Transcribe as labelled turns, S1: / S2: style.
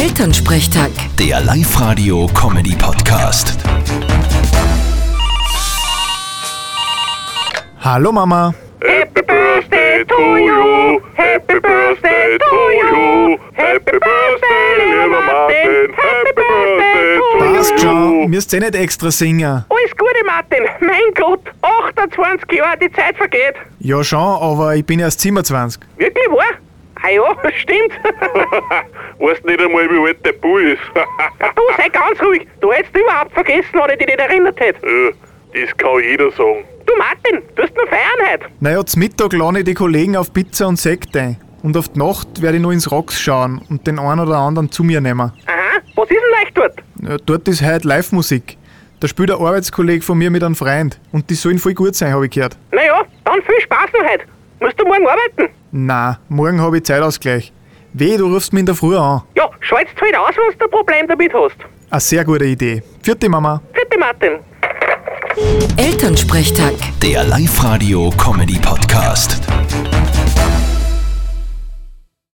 S1: Elternsprechtag.
S2: Der Live-Radio-Comedy-Podcast.
S3: Hallo Mama.
S4: Happy birthday to you! Happy birthday to you! Happy birthday, lieber Martin! Happy birthday to
S3: Passt schon.
S4: you!
S3: Müsst eh nicht extra singen.
S4: Alles Gute, Martin! Mein Gott, 28 Jahre, die Zeit vergeht!
S3: Ja schon, aber ich bin erst 27.
S4: Wirklich wahr? Ah ja, stimmt!
S5: Weißt nicht einmal, wie alt der Bub ist.
S4: du, sei ganz ruhig! Du hättest überhaupt vergessen, wenn ich dich nicht erinnert hätte!
S5: Äh, das kann jeder sagen.
S4: Du, Martin, du hast noch feiern heute!
S3: Naja, zum Mittag lade ich die Kollegen auf Pizza und Sekt ein. Und auf die Nacht werde ich nur ins Rocks schauen und den einen oder anderen zu mir nehmen.
S4: Aha, was ist denn euch dort?
S3: Ja, dort ist heute Live-Musik. Da spielt ein Arbeitskollege von mir mit einem Freund. Und die sollen voll gut sein, habe ich gehört.
S4: Naja, dann viel Spaß noch heute! Musst du morgen arbeiten?
S3: Na, morgen habe ich Zeitausgleich. Weh, du rufst mich in der Früh an.
S4: Ja, schalt's halt aus, wenn du ein Problem damit hast!
S3: Eine sehr gute Idee. Vierte Mama.
S4: Vierte Martin!
S1: Elternsprechtag.
S2: Der Live-Radio-Comedy-Podcast.